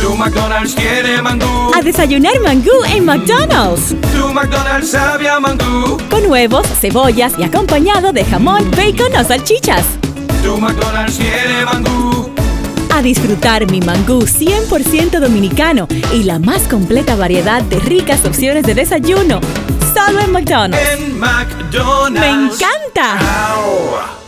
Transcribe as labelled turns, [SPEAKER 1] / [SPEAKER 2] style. [SPEAKER 1] Tu McDonald's tiene mangú.
[SPEAKER 2] A desayunar mangú en McDonald's.
[SPEAKER 1] Tu McDonald's sabe a mangú.
[SPEAKER 2] Con huevos, cebollas y acompañado de jamón, bacon o salchichas.
[SPEAKER 1] Tu McDonald's tiene mangú.
[SPEAKER 2] A disfrutar mi mangú 100% dominicano y la más completa variedad de ricas opciones de desayuno. Solo en McDonald's.
[SPEAKER 1] En McDonald's.
[SPEAKER 2] ¡Me encanta!
[SPEAKER 1] Au.